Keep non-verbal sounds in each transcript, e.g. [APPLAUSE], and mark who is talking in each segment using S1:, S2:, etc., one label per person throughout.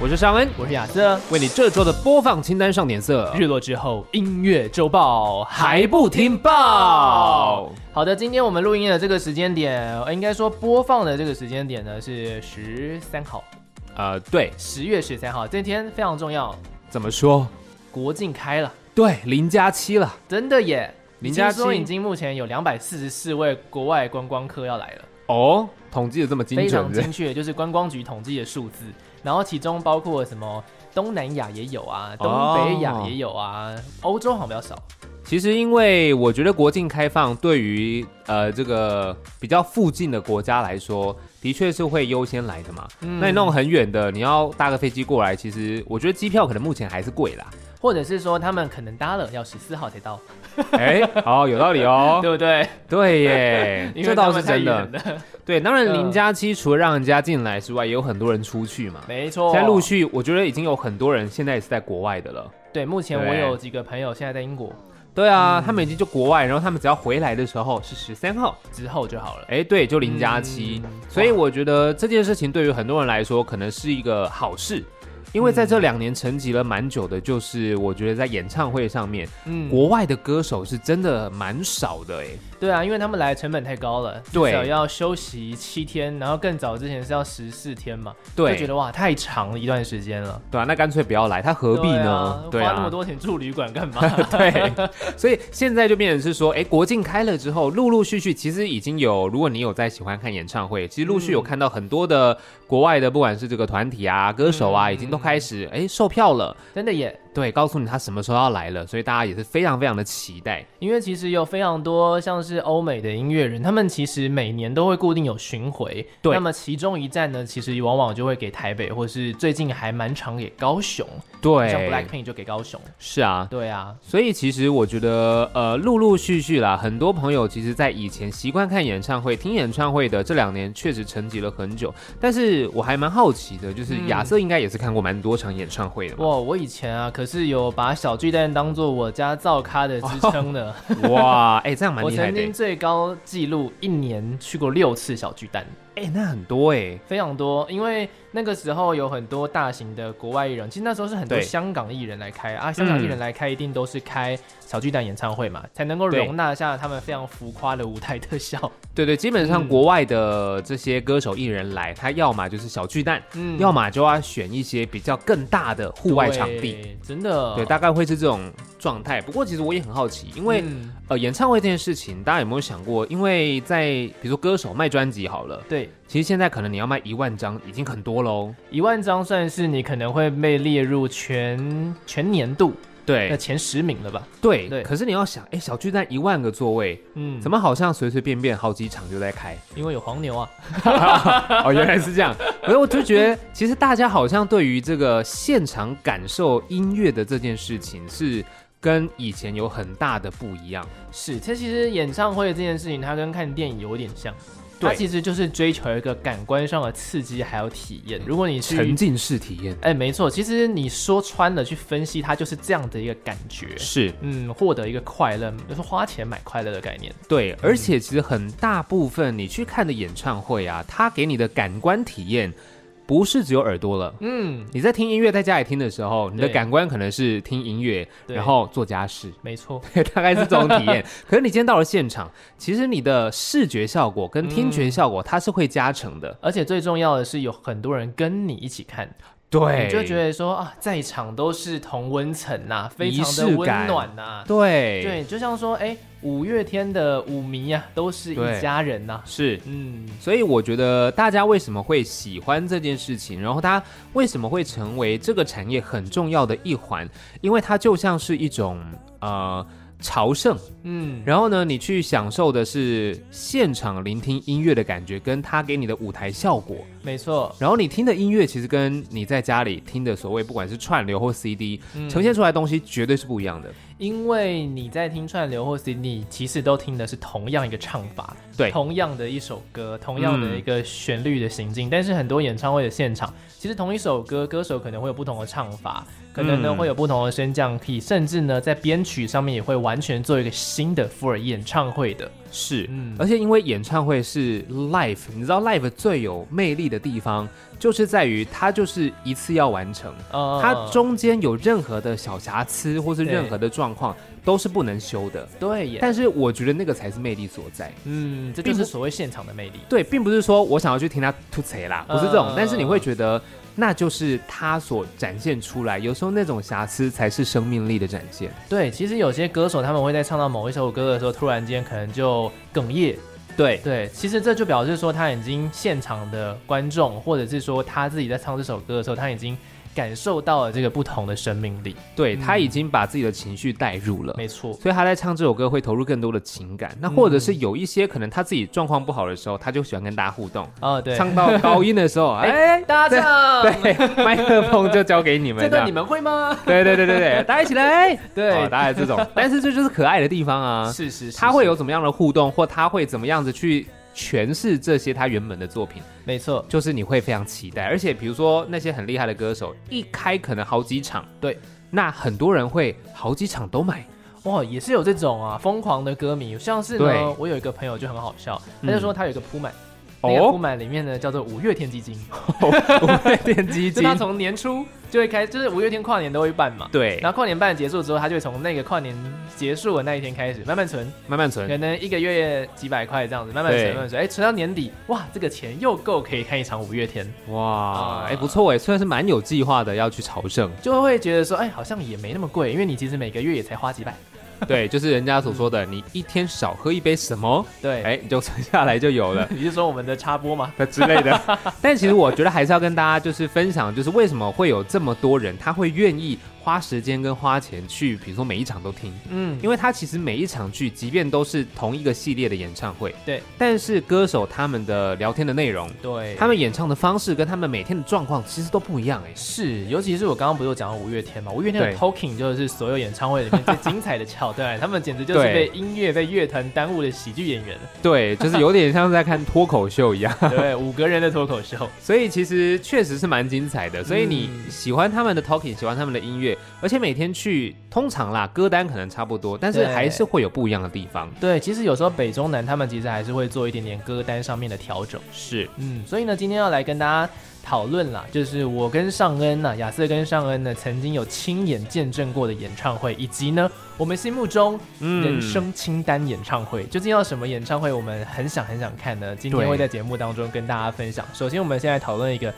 S1: 我是尚恩，
S2: 我是亚瑟。
S1: 为你这周的播放清单上点色。
S2: 日落之后，音乐周报
S1: 还不听报？
S2: 好的，今天我们录音的这个时间点，呃应该说播放的这个时间点呢是十三号，
S1: 呃，对，
S2: 十月十三号，这天非常重要，
S1: 怎么说？
S2: 国境开了，
S1: 对，零加七了。
S2: 真的耶！
S1: 林
S2: 听
S1: 嘉
S2: 说
S1: 欣
S2: 已经目前有两百四十四位国外观光客要来了。
S1: 哦，统计的这么精
S2: 非
S1: 准
S2: 常
S1: 是不是
S2: 精确，就是观光局统计的数字。然后其中包括什么东南亚也有啊，东
S1: 哦
S2: 北亚也有啊，欧洲好像比较少。
S1: 其实，因为我觉得国境开放对于呃这个比较附近的国家来说，的确是会优先来的嘛。
S2: 嗯
S1: 那你弄很远的，你要搭个飞机过来，其实我觉得机票可能目前还是贵
S2: [LAUGHS]
S1: 啦。
S2: 或者是说他们可能搭了要十四号才到，
S1: 哎、哦，有道理哦。
S2: 对不对？
S1: [LAUGHS] 对
S2: [LAUGHS]
S1: 耶，
S2: 因
S1: 这
S2: 为他
S1: 倒是
S2: 们太
S1: 真
S2: 远
S1: 的。
S2: 了， [LAUGHS]
S1: 对，当然
S2: 嗯
S1: 零加七除了让人家进来之外，也有很多人出去嘛。
S2: 没错。
S1: 现在陆续，我觉得已经有很多人现在也是在国外的了。
S2: 对，目前我
S1: 对
S2: 有几个朋友现在在英国，
S1: 对
S2: 嗯
S1: 啊，他们已经就国外，然后他们只要回来的时候是十三号。
S2: 之后就好了。
S1: 哎，对，就零加七
S2: 嗯，
S1: 所以我觉得这件事情对于很多人来说，可能是一个好事，因为
S2: 嗯
S1: 在这两年沉寂了蛮久的，就是我觉得在演唱会上面，
S2: 嗯，
S1: 国外的歌手是真的蛮少的，哎，
S2: 对啊，因为他们来成本太高了，
S1: 对
S2: 至少要休息七天，然后更早之前是要十四天嘛，就觉
S1: 对，
S2: 得哇太长了一段时间了，
S1: 对啊，那干脆不要来，他何必呢？
S2: 对
S1: 对
S2: 啊花那么
S1: 啊。
S2: 多钱住旅馆干嘛？
S1: [LAUGHS] 对，所以现在就变成是说，哎，国境开了之后，陆陆续续其实已经有，如果你有在喜欢看演唱会，其实陆续
S2: 嗯
S1: 有看到很多的国外的，不管是这个团体啊、歌手啊，已经都开始哎售票了，
S2: [LAUGHS] 真的耶，
S1: 对，告诉你他什么时候要来了，所以大家也是非常非常的期待。
S2: 因为其实有非常多像是欧美的音乐人，他们其实每年都会固定有巡回。
S1: 对
S2: 那么其中一站呢，其实往往就会给台北，或是最近还蛮常给高雄，像
S1: 对，
S2: Blackpink 就给高雄。
S1: 是啊。
S2: 对啊，
S1: 所以其实我觉得，呃，陆陆续续啦，很多朋友其实，在以前习惯看演唱会、听演唱会的这两年，确实沉寂了很久。但是我还蛮好奇的，就是
S2: 嗯
S1: 亚瑟应该也是看过蛮多场演唱会的嘛。
S2: 哇，我以前啊可是有把小巨蛋当做我家造咖的支撑的。
S1: [LAUGHS] 哇，哎、这样哦 [LAUGHS] 蛮
S2: 我
S1: 厉害
S2: 曾
S1: 的、
S2: 经最高纪录一年去过六次小巨蛋。
S1: 哎、那很多哎、
S2: 非常多，因为那个时候有很多大型的国外艺人，其实那时候是很多
S1: 对
S2: 香港艺人来开啊，香港艺人来开一定都是开小巨蛋演唱会嘛，才能够
S1: 对
S2: 容纳下他们非常浮夸的舞台特
S1: [LAUGHS]
S2: 效。
S1: 对对，基本上
S2: 嗯
S1: 国外的这些歌手艺人来，他要么就是小巨蛋，
S2: 嗯
S1: 要么就要选一些比较更大的户外场地。
S2: 对，真的，
S1: 对，大概会是这种状态。不过其实我也很好奇，因为、
S2: 嗯
S1: 呃，演唱会这件事情，大家有没有想过？因为在比如说歌手卖专辑好了，
S2: 对
S1: 其实现在可能你要卖一万张已经很多喽。
S2: 一万张算是你可能会被列入全全年度的
S1: 对
S2: 前十名了吧？
S1: 呃对
S2: 对
S1: 可是你要想，哎，小巨蛋一万个座位，
S2: 嗯，
S1: 怎
S2: 么？
S1: 么好像随随便便好几场就在 [LAUGHS] 开？
S2: 因为有黄牛啊，
S1: 哦，原来是这样。所以我就觉得，其实大家好像对于这个现场感受音乐的这件事情，是跟以前有很大的不一样。
S2: 是，这其实演唱会这件事情，它跟看电影有点像。
S1: 对
S2: 它其实就是追求一个感官上的刺激，还有体验。如果你去
S1: 沉浸式体验
S2: 哎，没错，其实你说穿了去分析，它就是这样的一个感觉。
S1: 是
S2: 嗯，获得一个快乐，就是花钱买快乐的概念。
S1: 对，而且其实很大部分你去看的演唱会啊，它给你的感官体验不是只有耳朵了。
S2: 嗯，
S1: 你在听音乐，在家里听的时候，你的
S2: 对
S1: 感官可能是听音乐，
S2: 对
S1: 然后做家事， [LAUGHS]
S2: 没错，
S1: 大概是这种体
S2: [LAUGHS]
S1: 验。可是你今天到了现场，其实你的视觉效果跟
S2: 嗯
S1: 听觉效果它是会加成的。
S2: 而且最重要的是，有很多人跟你一起看，
S1: 对，
S2: 你就觉得说啊，在场都是同温层呐、非
S1: 仪
S2: 常
S1: 式
S2: 的温
S1: 感
S2: 暖呐、
S1: 对
S2: 对，就像说，哎，五月天的舞迷啊，都是
S1: 对
S2: 一家人呐、
S1: 是。
S2: 嗯，
S1: 所以我觉得大家为什么会喜欢这件事情，然后它为什么会成为这个产业很重要的一环，因为它就像是一种呃朝圣，
S2: 嗯，
S1: 然后呢，你去享受的是现场聆听音乐的感觉，跟它给你的舞台效果，
S2: 没错，
S1: 然后你听的音乐其实跟你在家里听的所谓不管是串流或 CD，、
S2: 嗯
S1: 呈现出来的东西绝对是不一样的。
S2: 因为你在听串流或 CD，你其实都听的是同样一个唱法，
S1: 对
S2: 同样的一首歌，同样的一个旋律的行
S1: 嗯
S2: 进。但是很多演唱会的现场，其实同一首歌，歌手可能会有不同的唱法，可能呢、
S1: 嗯
S2: 会有不同的升降 key，甚至呢在编曲上面也会完全做一个新的福尔演唱会的。
S1: 是，
S2: 嗯
S1: 而且因为演唱会是 live，你知道 live 最有魅力的地方就是在于它就是一次要完成，
S2: 呃
S1: 它中间有任何的小瑕疵或是任何的状况都是不能修的。
S2: 呃对耶，
S1: 但是我觉得那个才是魅力所在。
S2: 嗯，这就
S1: 并不
S2: 是所谓现场的魅力。
S1: 对，并不是说我想要去听他吐槽啦，不是这种，
S2: 嗯
S1: 但是你会觉得那就是他所展现出来，有时候那种瑕疵才是生命力的展现。
S2: 对，其实有些歌手他们会在唱到某一首歌的时候，突然间可能就哽咽。
S1: 对，
S2: 对，其实这就表示说他已经现场的观众，或者是说他自己在唱这首歌的时候，他已经感受到了这个不同的生命力。
S1: 对他已经把自己的情绪带入了。
S2: 没错，
S1: 所以他在唱这首歌会投入更多的情感，那或者
S2: 嗯
S1: 是有一些可能他自己状况不好的时候，他就喜欢跟大家互动，
S2: 哦，对，
S1: 唱到高音的
S2: [LAUGHS]
S1: 时候，哎，
S2: 哎，大家唱，
S1: 对，麦克风就交给你们，
S2: 这哦段你
S1: 样
S2: 们会吗？
S1: 对对对对对，
S2: [LAUGHS]
S1: 大家一起来，
S2: 对
S1: 哦大概
S2: [LAUGHS]
S1: 这种，但是这就是可爱的地方啊，
S2: 是是是，
S1: 他会
S2: 是
S1: 有怎么样的互动，或他会怎么样子去诠释这些他原本的作品，
S2: 没错，
S1: 就是你会非常期待。而且比如说那些很厉害的歌手，一开可能好几场，
S2: 对，
S1: 那很多人会好几场都买，
S2: 哇，也是有这种啊疯狂的歌迷，像是
S1: 对嗯
S2: 呢，我有一个朋友就很好笑，他就说他有一个铺满，
S1: 哦
S2: 那个 [LAUGHS]
S1: [LAUGHS]
S2: 铺满里面呢叫做五月天基金，
S1: 五月天基
S2: 就
S1: 金
S2: 他，从年初就会开，就是五月天跨年都会办嘛。
S1: 对，
S2: 然后跨年办结束之后，他就会从那个跨年结束的那一天开始慢慢存，
S1: 慢慢存
S2: 可，能一个月几百块这样子，慢慢存，
S1: 对
S2: 慢慢存，哎，存到年底，哇，这个钱又够可以看一场五月天，
S1: 哇，
S2: 啊
S1: 哎，不错哎，虽然是蛮有计划的要去朝 [LAUGHS] 圣，
S2: 就会觉得说，哎，好像也没那么贵，因为你其实每个月也才花几百，
S1: 对，就是人家所说的，你一天少喝一杯什么，
S2: 对，
S1: 哎，你就存下来就有 [LAUGHS] 了。
S2: 你是说我们的插播吗？
S1: 的之类的。 [LAUGHS] 但其实我觉得还是要跟大家就是分享，就是为什么会有这么多人他会愿意花时间跟花钱去，比如说每一场都听。
S2: 嗯，
S1: 因为他其实每一场剧，即便都是同一个系列的演唱会，
S2: 对，
S1: 但是歌手他们的聊天的内容，
S2: 对，
S1: 他们演唱的方式跟他们每天的状况其实都不一样哎、
S2: 是，尤其是我刚刚不是有讲到五月天嘛，五月天的
S1: 对
S2: Talking 就是所有演唱会里面最精彩的 [LAUGHS] 桥段，他们简直就是
S1: 对
S2: 被音乐、被乐团耽误的喜剧演员，
S1: 对，就是有点像是在看脱口秀一样， [LAUGHS]
S2: [LAUGHS] 对，五个人的脱口秀，
S1: 所以其实确实是蛮精彩的。所以你
S2: 嗯
S1: 喜欢他们的 talking，喜欢他们的音乐，而且每天去，通常啦歌单可能差不多，但是
S2: 对
S1: 还是会有不一样的地方。
S2: 对，其实有时候北中南他们其实还是会做一点点歌单上面的调整。
S1: 是，
S2: 嗯，所以呢，今天要来跟大家讨论啦，就是我跟尚恩呐、亚瑟跟尚恩呢，曾经有亲眼见证过的演唱会，以及呢，我们心目中
S1: 嗯
S2: 人生清单演唱会，究竟要什么演唱会，我们很想很想看呢？今
S1: 对
S2: 天会在节目当中跟大家分享。首先，我们现在讨论一个。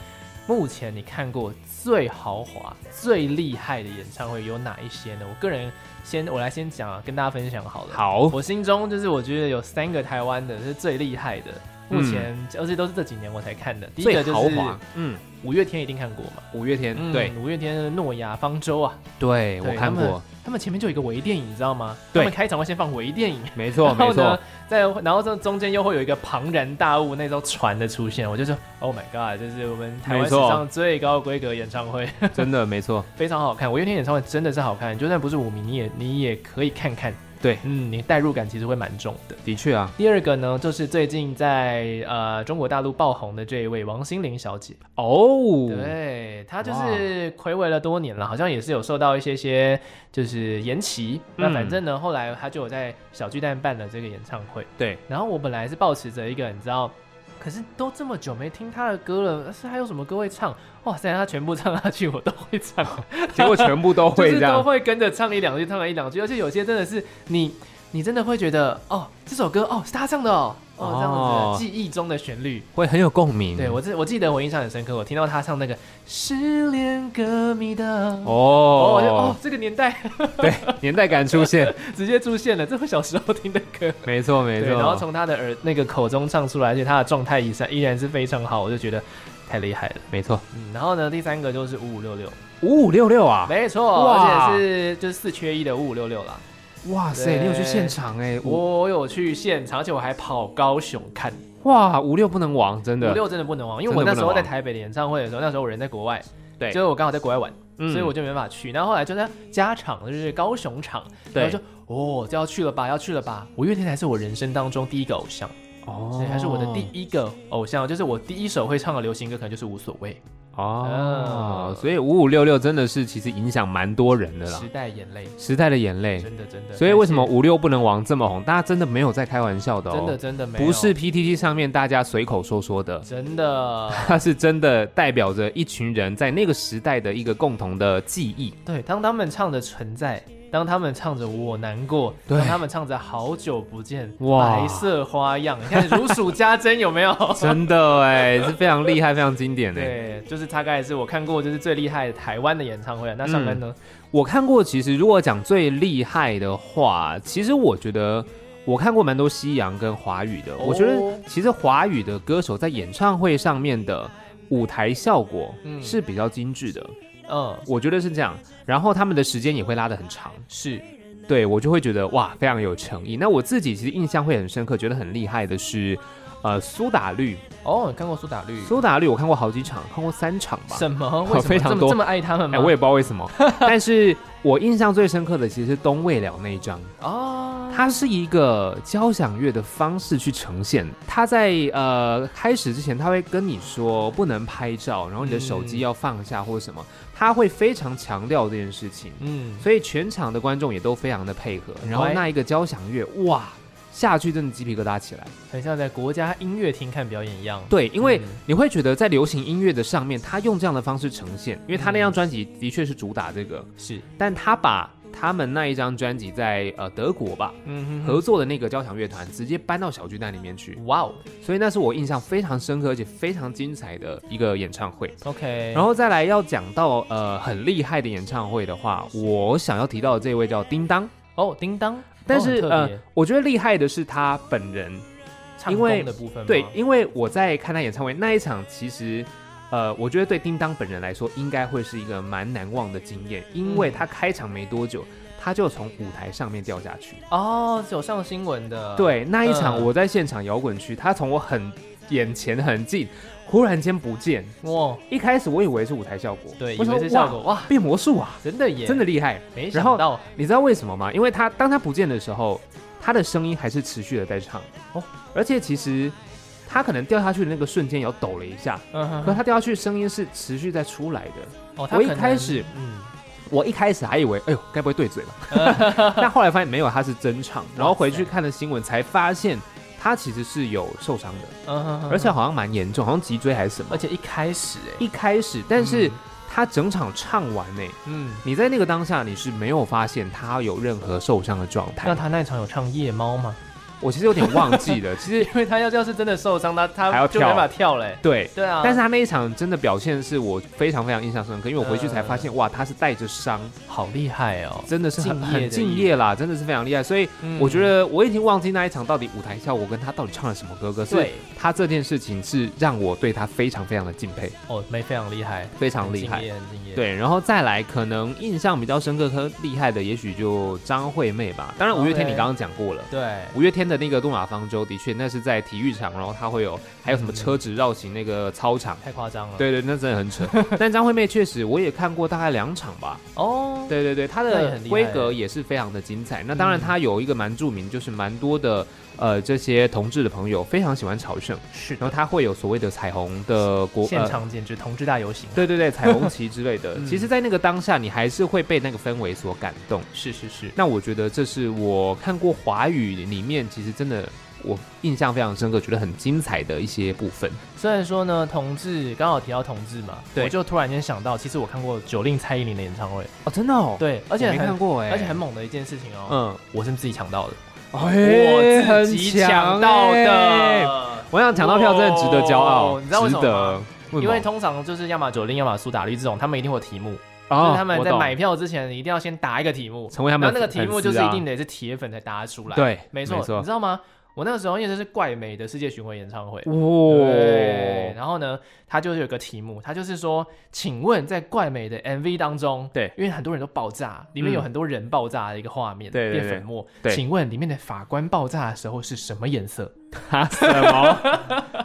S2: 目前你看过最豪华、最厉害的演唱会有哪一些呢？我个人先，我来先讲啊，跟大家分享好了。
S1: 好，
S2: 我心中就是我觉得有三个台湾的是最厉害的，目前、而且都是这几年我才看的。第一
S1: 嗯最
S2: 个就
S1: 豪
S2: 是
S1: 华，嗯，
S2: 五月天一定看过嘛？
S1: 五月天，
S2: 嗯
S1: 对
S2: 五月天的诺亚方舟啊，
S1: 对，
S2: 对
S1: 我看过，
S2: 他们前面就有一个微电影，你知道吗？
S1: 对
S2: 他们开场会先放微电影，
S1: 没错
S2: [LAUGHS] 然
S1: 没
S2: 后呢
S1: 错，，
S2: 在然后这中间又会有一个庞然大物那艘船的出现，我就说 Oh my God，这是我们台湾
S1: 没
S2: 史
S1: 错
S2: 上最高规格演唱会，
S1: 真的没错，
S2: 非常好看。五月天演唱会真的是好看，就算不是舞迷，你也你也可以看看。
S1: 对
S2: 嗯，你代入感其实会蛮重的。
S1: 的确啊，
S2: 第二个呢，就是最近在呃中国大陆爆红的这一位王心凌小姐，
S1: 哦，
S2: 对她就是暌违了多年了，好像也是有受到一些些就是延期。
S1: 嗯
S2: 那反正呢，后来她就有在小巨蛋办了这个演唱会。
S1: 对，
S2: 然后我本来是抱持着一个你知道，可是都这么久没听她的歌了，是还有什么歌会唱？哇塞，她全部唱下去我都会唱，
S1: 结果全部都哦会
S2: [LAUGHS] 就
S1: 这
S2: 是都
S1: 样，
S2: 会跟着唱一两句，唱了一两句，而且有些真的是你，你真的会觉得哦，这首歌哦是他唱的哦，哦这样子、
S1: 哦
S2: 记忆中的旋律。
S1: 会很有共鸣，
S2: 对我，这我记得我印象很深刻，我听到他唱那个失恋歌迷的哦，我就哦
S1: 哦，
S2: 这个年代
S1: 对，年代感出现，
S2: 直接出现了，这是小时候听的歌。
S1: 没错没
S2: 对，
S1: 错，
S2: 然后从他的耳那个口中唱出来，而且他的状态依然依然是非常好，我就觉得太厉害了。
S1: 没错，
S2: 嗯，然后呢，第三个就是五五六六，
S1: 五五六六啊，
S2: 没错，
S1: 哇
S2: 而且是就是四缺一的五五六六啦。
S1: 哇塞，
S2: 对
S1: 你有去现场哎，我
S2: 我有去现场，而且我还跑高雄看。
S1: 哇，五六不能亡，真
S2: 五
S1: 的，
S2: 六真的不能忘，因为
S1: 真的
S2: 我那
S1: 不能
S2: 时候在
S1: 忘
S2: 台北的演唱会的时候，那时候我人在国外，
S1: 对
S2: 就是我刚好在国外玩，
S1: 嗯
S2: 所以我就没办法去。然后后来就在加场，就是高雄场，然
S1: 对
S2: 后就哦，这要去了吧，要去了吧。五月天才是我人生当中第一个偶像，所
S1: 哦
S2: 以还是我的第一个偶像，就是我第一首会唱的流行歌，可能就是无所谓，
S1: 哦
S2: 嗯，
S1: 所以五五六六真的是其实影响蛮多人的啦
S2: 时，代眼泪，
S1: 时代的眼泪。
S2: 真的真的。
S1: 所以为什么
S2: 感
S1: 五六不能亡这么红？大家真的没有在开玩笑的
S2: 谢
S1: 哦，
S2: 真的真的没有
S1: 不是 PTT 上面大家随口说说的， [LAUGHS]
S2: 真的？
S1: 它是真的代表着一群人在那个时代的一个共同的记忆。
S2: 对，当他们唱着存在，当他们唱着我难过，
S1: 对
S2: 当他们唱着好久不见，
S1: 哇
S2: 白色花样，你看如数家珍有没有？
S1: [LAUGHS] 真的哎，是非常厉害、非常经典哎。
S2: [LAUGHS] 对，就是大概是我看过就是最厉害的台湾的演唱会了。那上恩呢？
S1: 我看过，其实如果讲最厉害的话，其实我觉得我看过蛮多西洋跟华语的。
S2: 哦
S1: 我觉得其实华语的歌手在演唱会上面的舞台效果
S2: 嗯
S1: 是比较精致的，
S2: 嗯，
S1: 我觉得是这样。然后他们的时间也会拉得很长，
S2: 是
S1: 对我就会觉得哇，非常有诚意。那我自己其实印象会很深刻，觉得很厉害的是，呃，苏打绿，
S2: 哦，你看过苏打绿？
S1: 苏打绿我看过好几场，看过三场吧。
S2: 什
S1: [LAUGHS]
S2: 么？为什么
S1: 非常
S2: 这么
S1: 多
S2: 这么爱他们
S1: 哎、
S2: 吗？
S1: 我也不知道为什么，但是我印象最深刻的其实是东未了那一张，
S2: 哦，
S1: 它是一个交响乐的方式去呈现。它在呃开始之前，他会跟你说不能拍照，然后你的手机
S2: 嗯
S1: 要放下或者什么，他会非常强调这件事情，
S2: 嗯，
S1: 所以全场的观众也都非常的配合。然后
S2: 乖
S1: 那一个交响乐，哇！下去真的鸡皮疙瘩起来，
S2: 很像在国家音乐厅看表演一样。
S1: 对，因为
S2: 嗯
S1: 你会觉得在流行音乐的上面，他用这样的方式呈现，因为他那张专辑的确是主打这个，
S2: 是，
S1: 但他把他们那一张专辑在呃德国吧
S2: 嗯
S1: 合作的那个交响乐团直接搬到小巨蛋里面去，
S2: 哇哦
S1: 所以那是我印象非常深刻而且非常精彩的一个演唱会。
S2: ，OK，
S1: 然后再来要讲到呃很厉害的演唱会的话，我想要提到的这位叫叮当，
S2: 哦，叮当，
S1: 但是、
S2: 哦很特
S1: 呃
S2: 别
S1: 我觉得厉害的是他本人，
S2: 唱
S1: 呃因为
S2: 功的部分吗
S1: 对，因为我在看他演唱会那一场，其实，呃，我觉得对叮当本人来说，应该会是一个蛮难忘的经验，因为他开场没多久，他就从舞台上面掉下去。
S2: 哦，有上新闻的，，
S1: 对，那一场
S2: 嗯
S1: 我在现场摇滚区，他从我很眼前很近，忽然间不见。
S2: 哇，
S1: 一开始我以为是舞台效果，
S2: 对，以
S1: 我想
S2: 为是效
S1: 哇
S2: 果，哇，
S1: 变魔术啊，
S2: 真的耶，
S1: 真
S2: 的
S1: 的厉害。
S2: 没
S1: 然后
S2: 想到，
S1: 你知道为什么吗？因为他当他不见的时候，他的声音还是持续的在唱
S2: 哦
S1: 哦，而且其实他可能掉下去的那个瞬间有抖了一下，
S2: 嗯哼
S1: 可
S2: 哼，
S1: 他掉下去声音是持续在出来的。
S2: 哦，他
S1: 我一
S2: 可能
S1: 开始，
S2: 嗯，
S1: 我一开始还以为，哎呦，该不会对嘴
S2: 嗯
S1: 吧？ [LAUGHS] 但后来发现没有，他是真唱。然后回去看了新闻，才发现他其实是有受伤的，
S2: 嗯哼哼
S1: 而且好像蛮严重，好像脊椎还是什
S2: 而
S1: 么。
S2: 且一开始，哎，
S1: 一开始，但是
S2: 呃嗯
S1: 他整场唱完呢，
S2: 嗯，
S1: 你在那个当下你是没有发现他有任何受伤的状态
S2: 那。他那一场有唱夜猫吗？
S1: [LAUGHS] 我其实有点忘记了，其
S2: [LAUGHS]
S1: 实
S2: 因为他要要是真的受伤，他
S1: 还要
S2: 他就
S1: 跳
S2: 没法跳嘞。
S1: 对。
S2: 对啊，
S1: 但是他那一场真的表现是我非常非常印象深刻，因为我回去才发现，哇，他是带着伤，
S2: 好厉害哦。
S1: 真的是很
S2: 呃敬业的
S1: 很敬业啦，真的是非常厉害。所以
S2: 嗯
S1: 我觉得我已经忘记那一场到底舞台效果跟他到底唱了什么歌，可是
S2: 对
S1: 他这件事情是让我对他非常非常的敬佩，
S2: 哦，没非常厉害，
S1: 非常厉
S2: 很
S1: 害
S2: 敬。业，很敬业。，
S1: 对，然后再来，可能印象比较深刻和厉害的，也许就张惠妹吧。当然，五月天
S2: OK
S1: 你刚刚讲过了。
S2: 对，
S1: 五月天的那个《东马方舟》的确，那是在体育场，然后它会有还
S2: 嗯
S1: 有什么车子绕行那个操场，
S2: 太夸张了。，
S1: 对对，那真的
S2: [LAUGHS]
S1: 很扯。但张惠妹确实，我也看过大概两场吧。
S2: 哦，
S1: 对对对，她
S2: 那也
S1: 的
S2: 很厉害嗯
S1: 规格也是非常的精彩。那当然，她有一个蛮著名，就是蛮多的呃这些同志的朋友非常喜欢朝圣，
S2: 是
S1: 然后她会有所谓的彩虹的国
S2: 现
S1: 呃。
S2: 场简直同志大游行。
S1: 对对对，彩
S2: [LAUGHS]
S1: 虹旗之类的，
S2: 嗯
S1: 其实，在那个当下，你还是会被那个氛围所感动。
S2: 是是是，
S1: 那我觉得这是我看过华语里面，其实真的我印象非常深刻，觉得很精彩的一些部分。
S2: 虽然说呢，同志刚好提到同志嘛，
S1: 对
S2: 我就突然间想到，其实我看过九令蔡依林的演唱会，
S1: 哦，真的哦，，
S2: 对，而
S1: 而
S2: 且
S1: 没看
S2: 很
S1: 过哎，
S2: 而且很猛的一件事情哦，
S1: 嗯，
S2: 我是自己抢到的，
S1: 哎
S2: 我自己抢到。
S1: 很强哎
S2: 的。
S1: 我想抢到票真的值得骄傲，
S2: 哇欸哦你知道为什么吗
S1: 值得
S2: 因为通常就是要么九令，要么苏打绿这种，他们一定会有题目，就
S1: 哦
S2: 是他们
S1: 我
S2: 在
S1: 懂
S2: 买票之前一定要先答一个题目，
S1: 成为他
S2: 然
S1: 们
S2: 后那个题目就是
S1: 粉丝
S2: 一
S1: 啊
S2: 定得是铁粉才答得出来。，
S1: 对，
S2: 没错，你知道吗？我那个时候因为这是怪美的世界巡回演唱会。对，
S1: 哇，
S2: 然后呢，他就是有个题目，他就是说，请问在怪美的 MV 当中，
S1: 对
S2: 因为很多人都爆炸，里面有
S1: 嗯
S2: 很多人爆炸的一个画面，
S1: 对对
S2: 变
S1: 对
S2: 粉末。
S1: 对
S2: 请问里面的法官爆炸的时候是什么颜色？
S1: 啊什么？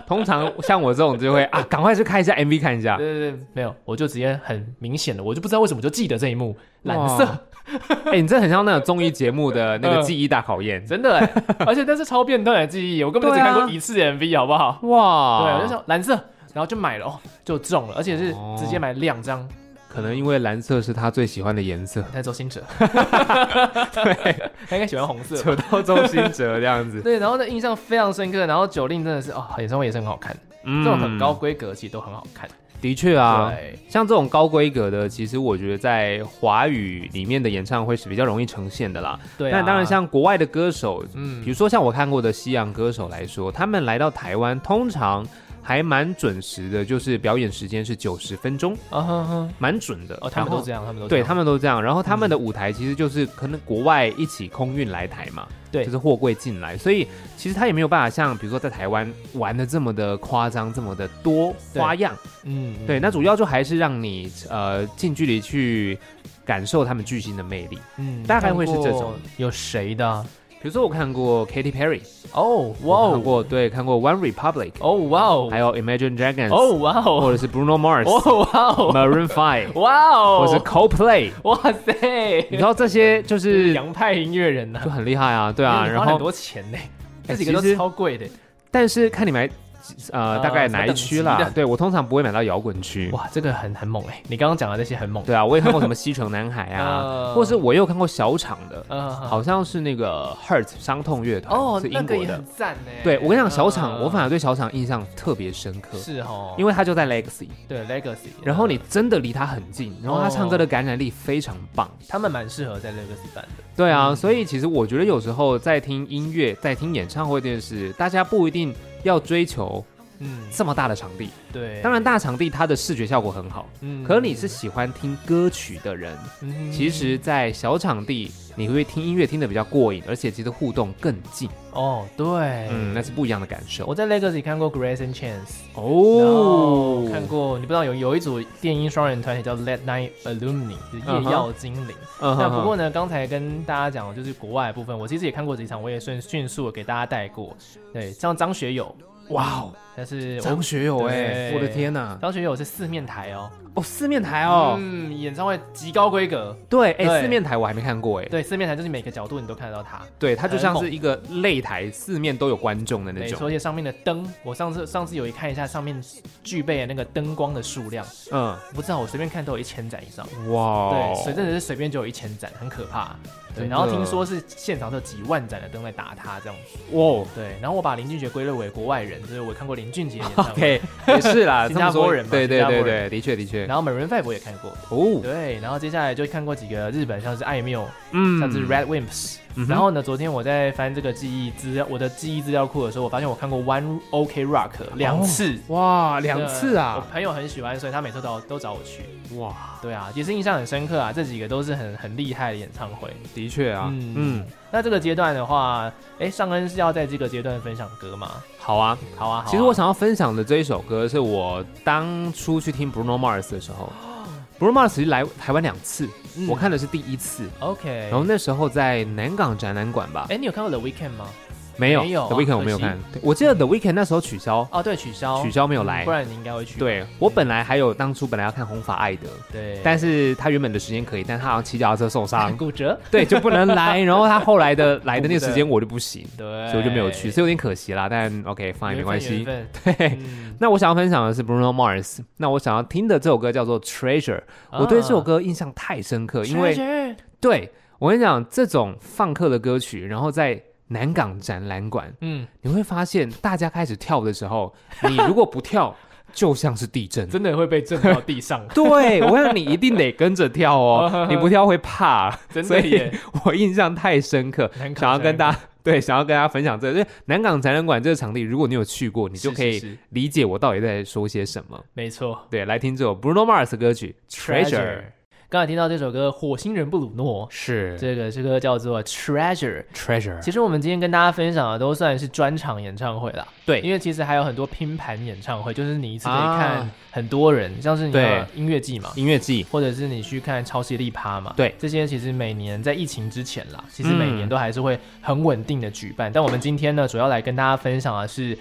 S1: 通常像我这种就会啊，赶快去看一下 MV 看一下。
S2: 对对对，没有，我就直接很明显的，我就不知道为什么就记得这一幕蓝
S1: 哇
S2: 色，
S1: 哎、你这很像那种综艺节目的那个
S2: 嗯
S1: 记忆大考验。
S2: 真的、
S1: [LAUGHS]
S2: 欸，而且那是超变态的记忆，我根本就只
S1: 对啊啊
S2: 看过一次的 MV，好不好？
S1: 哇，
S2: 对，我就想蓝色，然后就买了，哦，就中了，而且是直
S1: 哦
S2: 接买两张。
S1: 可能因为蓝色是他最喜欢的颜色，
S2: 他是周星哲，
S1: [LAUGHS]
S2: 他应该喜欢红色吧。
S1: 扯到周星哲这样子，
S2: [LAUGHS] 对，然后呢，印象非常深刻。然后九令真的是哦，演唱会也是很好看，
S1: 嗯
S2: 这种很高，规格其实都很好看。
S1: 的确啊。
S2: 对，
S1: 像这种高规格的，其实我觉得在华语里面的演唱会是比较容易呈现的啦。
S2: 对、啊。
S1: 但当然，像国外的歌手，
S2: 嗯
S1: 比如说像我看过的西洋歌手来说，他们来到台湾通常还蛮准时的，就是表演时间是九十分钟，
S2: 啊哈哈，
S1: 蛮准的。
S2: 哦，他们都
S1: 然后
S2: 这样，嗯他们都这
S1: 对
S2: 样
S1: 他们都这样，然后他们的舞台其实就是可能国外一起空运来台嘛，
S2: 对
S1: 就是货柜进来，所以其实他也没有办法像比如说在台湾玩的这么的夸张，这么的多花样，
S2: 嗯，嗯
S1: 对，那主要就还是让你呃近距离去感受他们巨星的魅力。
S2: 嗯
S1: 大概会是这种
S2: 看过有谁的啊？
S1: 比如说我看过 Katy Perry，
S2: 哦，哇
S1: 我看
S2: 哦，
S1: 过对，看过 One Republic，
S2: 哦哇哦，
S1: 还有 Imagine Dragons，
S2: 哦哇哦，
S1: 或者是 Bruno
S2: [LAUGHS]
S1: Mars、
S2: 哦哇哦，
S1: Maroon Five，
S2: 哇
S1: 或是
S2: 哦，
S1: Coldplay，
S2: 哇
S1: 你
S2: 塞，
S1: 知道这些就是
S2: 洋派音乐人 [LAUGHS] 呐
S1: 就，很厉害啊，对啊，
S2: 你
S1: 然
S2: 花了很
S1: 后
S2: 多钱呢，这
S1: 哎
S2: 几个都
S1: 其实
S2: 超贵的。
S1: 但是看你买呃
S2: 呃
S1: 大概哪一区
S2: 什么
S1: 啦
S2: 等级，的
S1: 对我通常不会买到摇滚区。
S2: 哇，这个很很猛哎！你刚刚讲的那些很猛，
S1: 对啊，我也看过什么西城男孩啊，
S2: [LAUGHS] 呃
S1: 或是我又看过小场的，
S2: 嗯，好
S1: 好像是那个 Hurt 伤痛乐团，
S2: 哦，
S1: 是
S2: 那
S1: 英
S2: 个
S1: 国
S2: 也
S1: 的
S2: 很。赞呢。
S1: 对我跟你讲，小场、
S2: 呃
S1: 我反而对小场印象特别深刻，
S2: 是啊哦，
S1: 因
S2: 为
S1: 为他就在 Legacy，
S2: 对 Legacy，嗯
S1: 然后你真的离他很近，然后他唱歌的感染力非常棒。
S2: 他们蛮适合在 Legacy 办的，
S1: 对啊，所以其实我觉得有时候在听音乐、在听演唱会这件事，大家不一定要追求
S2: 嗯，
S1: 这么大的场地。
S2: 对，
S1: 当然，大场地它的视觉效果很好，
S2: 嗯
S1: 可你是喜欢听歌曲的人，
S2: 嗯
S1: 其实，在小场地你会听音乐听得比较过瘾，而且其实互动更近，
S2: 哦，对，
S1: 嗯，那是不一样的感受
S2: 我在 Legacy 看过 Grace and Chance，
S1: 哦
S2: 然后看，过，你不知道有有一组电音双人团体叫 Late Night Alumni，就是夜耀精灵。
S1: 嗯
S2: 那不过呢，刚才跟大家讲就是国外的部分，我其实也看过几场，我也顺迅速地给大家带过。对，像张学友，
S1: 哇哦，
S2: 但是我
S1: 张学友哎，
S2: 对
S1: 我的天呐，
S2: 张学友是四面台哦，
S1: 哦，四面台哦，
S2: 嗯，演唱会极高规格，
S1: 对，哎，
S2: 对
S1: 四面台我还没看过哎，
S2: 对，四面台就是每个角度你都看得到它，
S1: 对，它就像
S2: 很
S1: 是
S2: 猛
S1: 一个擂台，四面都有观众的那
S2: 没
S1: 种，
S2: 错，而且上面的灯，我上次上次有一看一下上面具备的那个灯光的数量，
S1: 嗯，
S2: 我不知道我随便看都有一千盏以上，
S1: 哇，
S2: 对，所以真的是随便就有一千盏，很可怕。对，
S1: 哦真的
S2: 然后听说是现场都有几万盏的灯在打它这样子，
S1: 哇哦
S2: 对，然后我把林俊杰归类为国外人，就是我看过林俊杰的演
S1: [LAUGHS]
S2: 唱会。
S1: 哦，OK，也是啦，
S2: 新加
S1: 这么说
S2: 坡人嘛
S1: 对对
S2: 新加
S1: 对
S2: 坡
S1: 对，的确的确，
S2: 然后 Maroon Five 我也看过，
S1: 哦，
S2: 对，然后接下来就看过几个日本，像是艾缪，
S1: 嗯
S2: 像是 Red Wimps，、
S1: 嗯哼
S2: 然后呢，昨天我在翻这个记忆资料，我的记忆资料库的时候，我发现我看过 One OK Rock 两次，
S1: 哇，哦两次
S2: 我
S1: 啊，
S2: 朋友很喜欢，所以他每次都都找我去。
S1: 哇，
S2: 对啊，也是印象很深刻啊，这几个都是很很厉害的演唱会。
S1: 的确啊，
S2: 嗯
S1: 嗯，
S2: 那这个阶段的话，哎，上恩是要在这个阶段分享歌吗？
S1: 好啊。
S2: 好啊，好啊
S1: 其实我想要分享的这一首歌，是我当初去听 Bruno Mars 的时候，Bruno Mars 其实来台湾两次，
S2: 哦嗯
S1: 我看的是第一次，
S2: OK，
S1: 然后那时候在南港展览馆吧，
S2: 哎，你有看过 The Weeknd 吗？
S1: 没有
S2: 没有
S1: The
S2: 啊
S1: Weeknd 我
S2: 可
S1: 没有
S2: 惜
S1: 看，对我记得 The Weeknd 那时候取消，
S2: 哦，对，取消，
S1: 取消没有来
S2: 不。然你应该会去。
S1: 对我本来还有当初本来要看红发艾德，
S2: 对，，
S1: 但是他原本的时间可以，但他好像骑脚踏车受
S2: [LAUGHS]
S1: 伤
S2: 骨折，
S1: 对，就不能来。然后他后来的来的那个时间我就不行，
S2: 对，
S1: 所以我就没有去，所以有点可惜啦。但 OK fine 没关系。
S2: 哎缘分，
S1: 对，
S2: 嗯
S1: 那我想要分享的是 Bruno Mars，那我想要听的这首歌叫做 Treasure，我对这首歌印象太深刻，因为
S2: 为
S1: 对我跟你讲，这种放克的歌曲，然后在南港展览馆，
S2: 嗯，
S1: 你会发现大家开始跳的时 [LAUGHS] 候，你如果不跳，就像是地 [LAUGHS] 震。，
S2: 真的会被震到地上
S1: [LAUGHS] 对，我想你一定得跟着跳 [LAUGHS] 哦，你不跳会怕。
S2: 真
S1: 所
S2: 的
S1: [LAUGHS] 以
S2: 耶。
S1: 我印象太深刻，
S2: 南港
S1: 想要跟
S2: 展览
S1: 大家对，想要跟大家分享这个，因为南港展览馆这个场地，如果你有去过，你就是可以
S2: 是是
S1: 理解我到底在说些什么。
S2: 没错
S1: 对，来听这首 Bruno Mars 的歌曲《Treasure》。
S2: 刚才听到这首歌《火星人布鲁诺》，
S1: 是
S2: 这个这个叫做 Treasure。
S1: Treasure，
S2: 其实我们今天跟大家分享的都算是专场演唱会啦，
S1: 对
S2: 因为其实还有很多拼盘演唱会，就是你一次可以
S1: 啊
S2: 看很多人，像是你
S1: 对
S2: 看音乐季嘛，
S1: 音乐季，
S2: 或者是你去看超犀利趴嘛，
S1: 对
S2: 这些其实每年在疫情之前啦，其实每
S1: 嗯
S2: 年都还是会很稳定的举办。但我们今天呢，主要来跟大家分享的是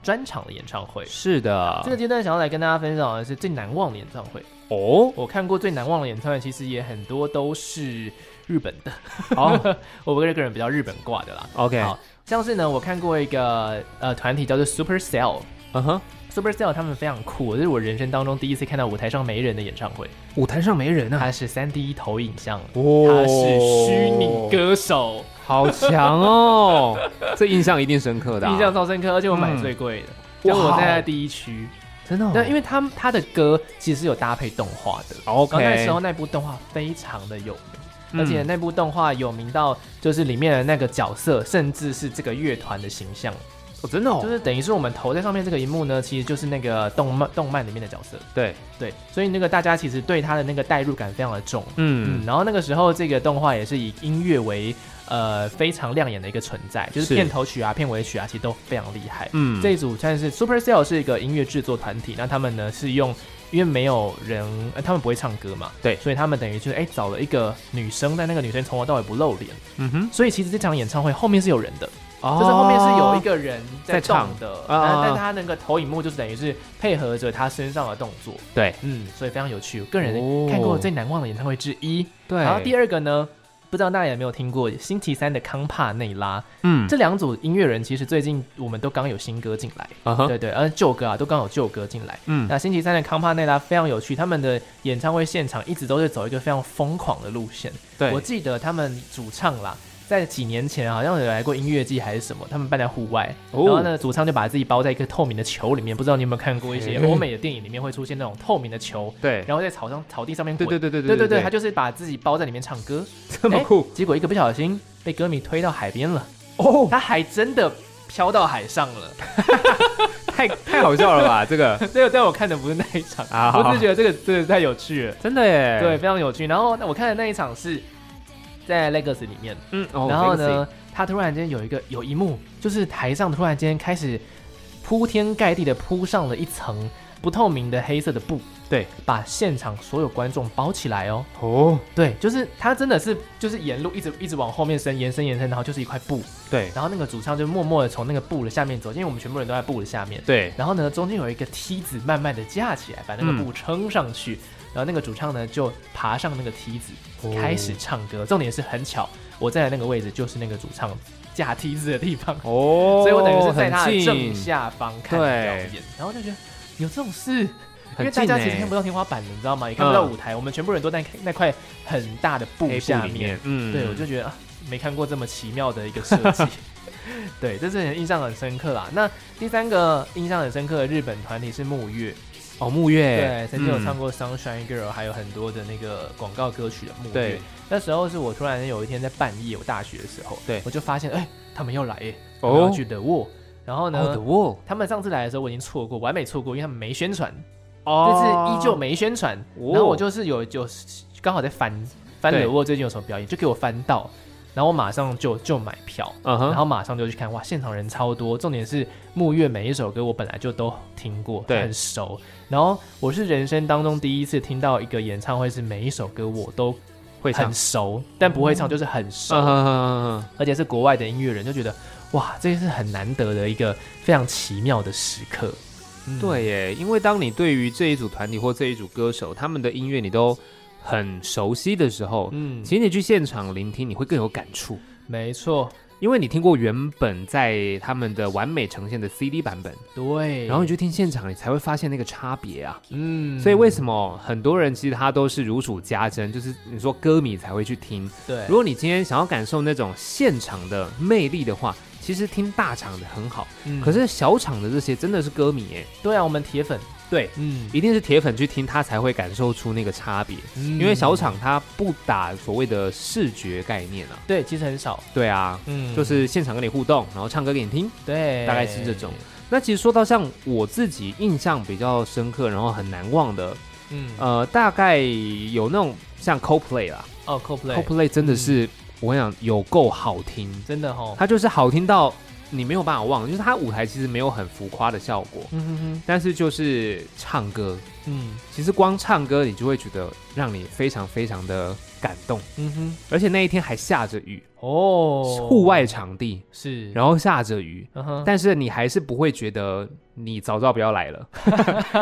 S2: 专场的演唱会。
S1: 是的
S2: 这个阶段想要来跟大家分享的是最难忘的演唱会。
S1: 哦
S2: 我看过最难忘的演唱会，其实也很多都是日本的，
S1: 哦
S2: [LAUGHS] 我个人比较日本挂的啦。
S1: ，OK，
S2: 好像是呢，我看过一个呃团体叫做 Super Cell。
S1: 嗯哼，
S2: Supercell 他们非常酷，这是我人生当中第一次看到舞台上没人的演唱会。
S1: 舞台上没人啊，
S2: 它是3 D 投影像，
S1: 哦
S2: 他是虚拟，歌手，
S1: 好强
S2: [LAUGHS]
S1: 哦，这印象一定深刻的啊，
S2: 印象超深刻，而且我买最贵的，
S1: 嗯
S2: 因为我
S1: 哇
S2: 站在第一区。
S1: 真的哦，
S2: 那因为他们他的歌其实有搭配动画的，然后
S1: OK，
S2: 那时候那部动画非常的有名，
S1: 嗯
S2: 而且那部动画有名到就是里面的那个角色，甚至是这个乐团的形象，
S1: 哦真的哦，
S2: 就是等于是我们投在上面这个荧幕呢，其实就是那个动漫动漫里面的角色，
S1: 对，
S2: 对，所以那个大家其实对他的那个代入感非常的重。嗯，
S1: 嗯，
S2: 然后那个时候这个动画也是以音乐为呃非常亮眼的一个存在，就是
S1: 是
S2: 片头曲啊、片尾曲啊，其实都非常厉害。
S1: 嗯
S2: 这一组算是 Supercell 是一个音乐制作团体，那他们呢是用，因为没有人、呃，他们不会唱歌嘛，
S1: 对
S2: 所以他们等于就是哎、找了一个女生，但那个女生从头到尾不露脸，
S1: 嗯哼，
S2: 所以其实这场演唱会后面是有人的，
S1: 哦
S2: 就是后面是有一个人
S1: 在
S2: 动
S1: 唱
S2: 的，
S1: 啊啊
S2: 但
S1: 啊
S2: 但他那个投影幕就是等于是配合着他身上的动作，
S1: 对
S2: 嗯，所以非常有趣，个人
S1: 哦
S2: 看过最难忘的演唱会之一。
S1: 对，
S2: 然后第二个呢，不知道大家有没有听过星期三的康帕内拉？
S1: 嗯，
S2: 这两组音乐人其实最近我们都刚有新歌进来，
S1: 啊哈，
S2: 对对，而旧歌啊都刚有旧歌进来。
S1: 嗯，
S2: 那星期三的康帕内拉非常有趣，他们的演唱会现场一直都是走一个非常疯狂的路线。
S1: 对哦
S2: 我，记得他们主唱啦。在几年前好像有来过音乐季还是什么，他们办在户外，
S1: 哦
S2: 然后呢，主唱就把自己包在一个透明的球里面，不知道你有没有看过一些
S1: 嘿
S2: 欧美的电影里面会出现那种透明的球，
S1: 对，
S2: 然后在草上草地上面
S1: 对
S2: 滚
S1: 对对对
S2: 对对
S1: 对
S2: 对，他就是哎把自己包在里面唱歌，
S1: 这么酷
S2: 结果一个不小心被歌迷推到海边了，
S1: 哦，
S2: 他还真的飘到海上了。
S1: [LAUGHS]
S2: [LAUGHS]
S1: 太太好笑了吧？这个
S2: 这个但我看的不是那一场
S1: 啊好哎
S2: 我只是觉得这个真的太有趣了，
S1: 真的耶，
S2: 对，，非常有趣。然后那我看的那一场是在 Legacy 里面，
S1: 嗯，哦
S2: 然后，
S1: 这个
S2: 呢，他突然间有一个有一幕，就是台上突然间开始铺天盖地的铺上了一层不透明的黑色的布，
S1: 对，
S2: 把现场所有观众包起来哦。
S1: 是哦，
S2: 对，就是他真的是就是沿路一直一直往后面伸，延伸延伸，然后就是一块布，
S1: 对
S2: 然后那个主唱就默默的从那个布的下面走，因为我们全部人都在布的下面。
S1: 对，
S2: 然后呢，中间有一个梯子，慢慢的架起来，把那
S1: 嗯
S2: 个布撑上去。然后那个主唱呢，就爬上那个梯子，
S1: 哦
S2: 开始唱歌。重点是很巧，我站的那个位置就是那个主唱架梯子的地方，
S1: 哦，
S2: 所以我等于是在他
S1: 很
S2: 的
S1: 近
S2: 正下方看表
S1: 对
S2: 演。然后就觉得有这种事，因为
S1: 很
S2: 大
S1: 近欸嗯
S2: 家其实
S1: 耶
S2: 看不到天花板的，你知道吗？也看不到舞台，我们全部人都在那块很大的布
S1: 黑
S2: 下
S1: 布里面，嗯
S2: 对，我就觉得、啊、没看过这么奇妙的一个设
S1: [LAUGHS]
S2: 计。对，这是很印象很深刻啦。那第三个印象很深刻的日本团体是木月，
S1: 哦木月，
S2: 对，曾经有
S1: 嗯
S2: 唱过《Sunshine Girl》，还有很多的那个广告歌曲的木月
S1: 对。
S2: 那时候是我突然有一天在半夜，我大学的时候，
S1: 对
S2: 我就发现，哎、他们要来耶，我要
S1: 哦
S2: 去 The Wall，然后呢
S1: 哦 The Wall，
S2: 他们上次来的时候我已经错过，完美错过，因为他们没宣传，
S1: 哦
S2: 这次依旧没宣传。
S1: 哦
S2: 然后我就是有有刚好在翻翻
S1: 对
S2: 德沃最近有什么表演，就给我翻到，然后我马上就就买票。然
S1: 嗯哼，
S2: 后马上就去看，哇，现场人超多。重点是木月每一首歌我本来就都听过，
S1: 对
S2: 很熟。然后我是人生当中第一次听到一个演唱会是每一首歌我都
S1: 会唱
S2: 很，熟，但不会唱，就是很熟。
S1: 嗯哼哼哼哼
S2: 而且是国外的音乐人，就觉得哇，这是很难得的一个非常奇妙的时刻。嗯
S1: 对耶，因为当你对于这一组团体或这一组歌手他们的音乐你都很熟悉的时候，
S2: 嗯，
S1: 其实你去现场聆听，你会更有感触。
S2: 没错，
S1: 因为你听过原本在他们的完美呈现的 CD 版本，
S2: 对。
S1: 然后你去听现场，你才会发现那个差别啊。
S2: 嗯，
S1: 所以为什么很多人其实他都是如数家珍，就是你说歌迷才会去听。
S2: 对
S1: 如果你今天想要感受那种现场的魅力的话，其实听大场的很好，
S2: 嗯
S1: 可是小场的这些真的是歌迷耶，
S2: 对啊，我们铁粉，
S1: 对，
S2: 嗯，
S1: 一定是铁粉去听他才会感受出那个差别。
S2: 因
S1: 因为小厂它不打所谓的视觉概念啊，
S2: 对其实很少，
S1: 对啊，
S2: 嗯
S1: 就是现场跟你互动，然后唱歌给你听。
S2: 对，
S1: 大概是这种那其实说到像我自己印象比较深刻，然后很难忘的，
S2: 嗯，
S1: 呃，大概有那种像 CoPlay 啦
S2: 哦，CoPlay
S1: ，CoPlay 真的
S2: 嗯
S1: 是、我跟你讲有够好听，
S2: 真的哈，
S1: 它就是好听到你没有办法忘，就是它舞台其实没有很浮夸的效果，
S2: 嗯哼哼，
S1: 但是就是唱歌，
S2: 嗯
S1: 其实光唱歌你就会觉得让你非常非常的感动，
S2: 嗯哼，
S1: 而且那一天还下着雨，
S2: 哦，
S1: 户外场地，
S2: 是，
S1: 然后下着雨，
S2: 嗯哼，
S1: 但是你还是不会觉得你早知道不要来了。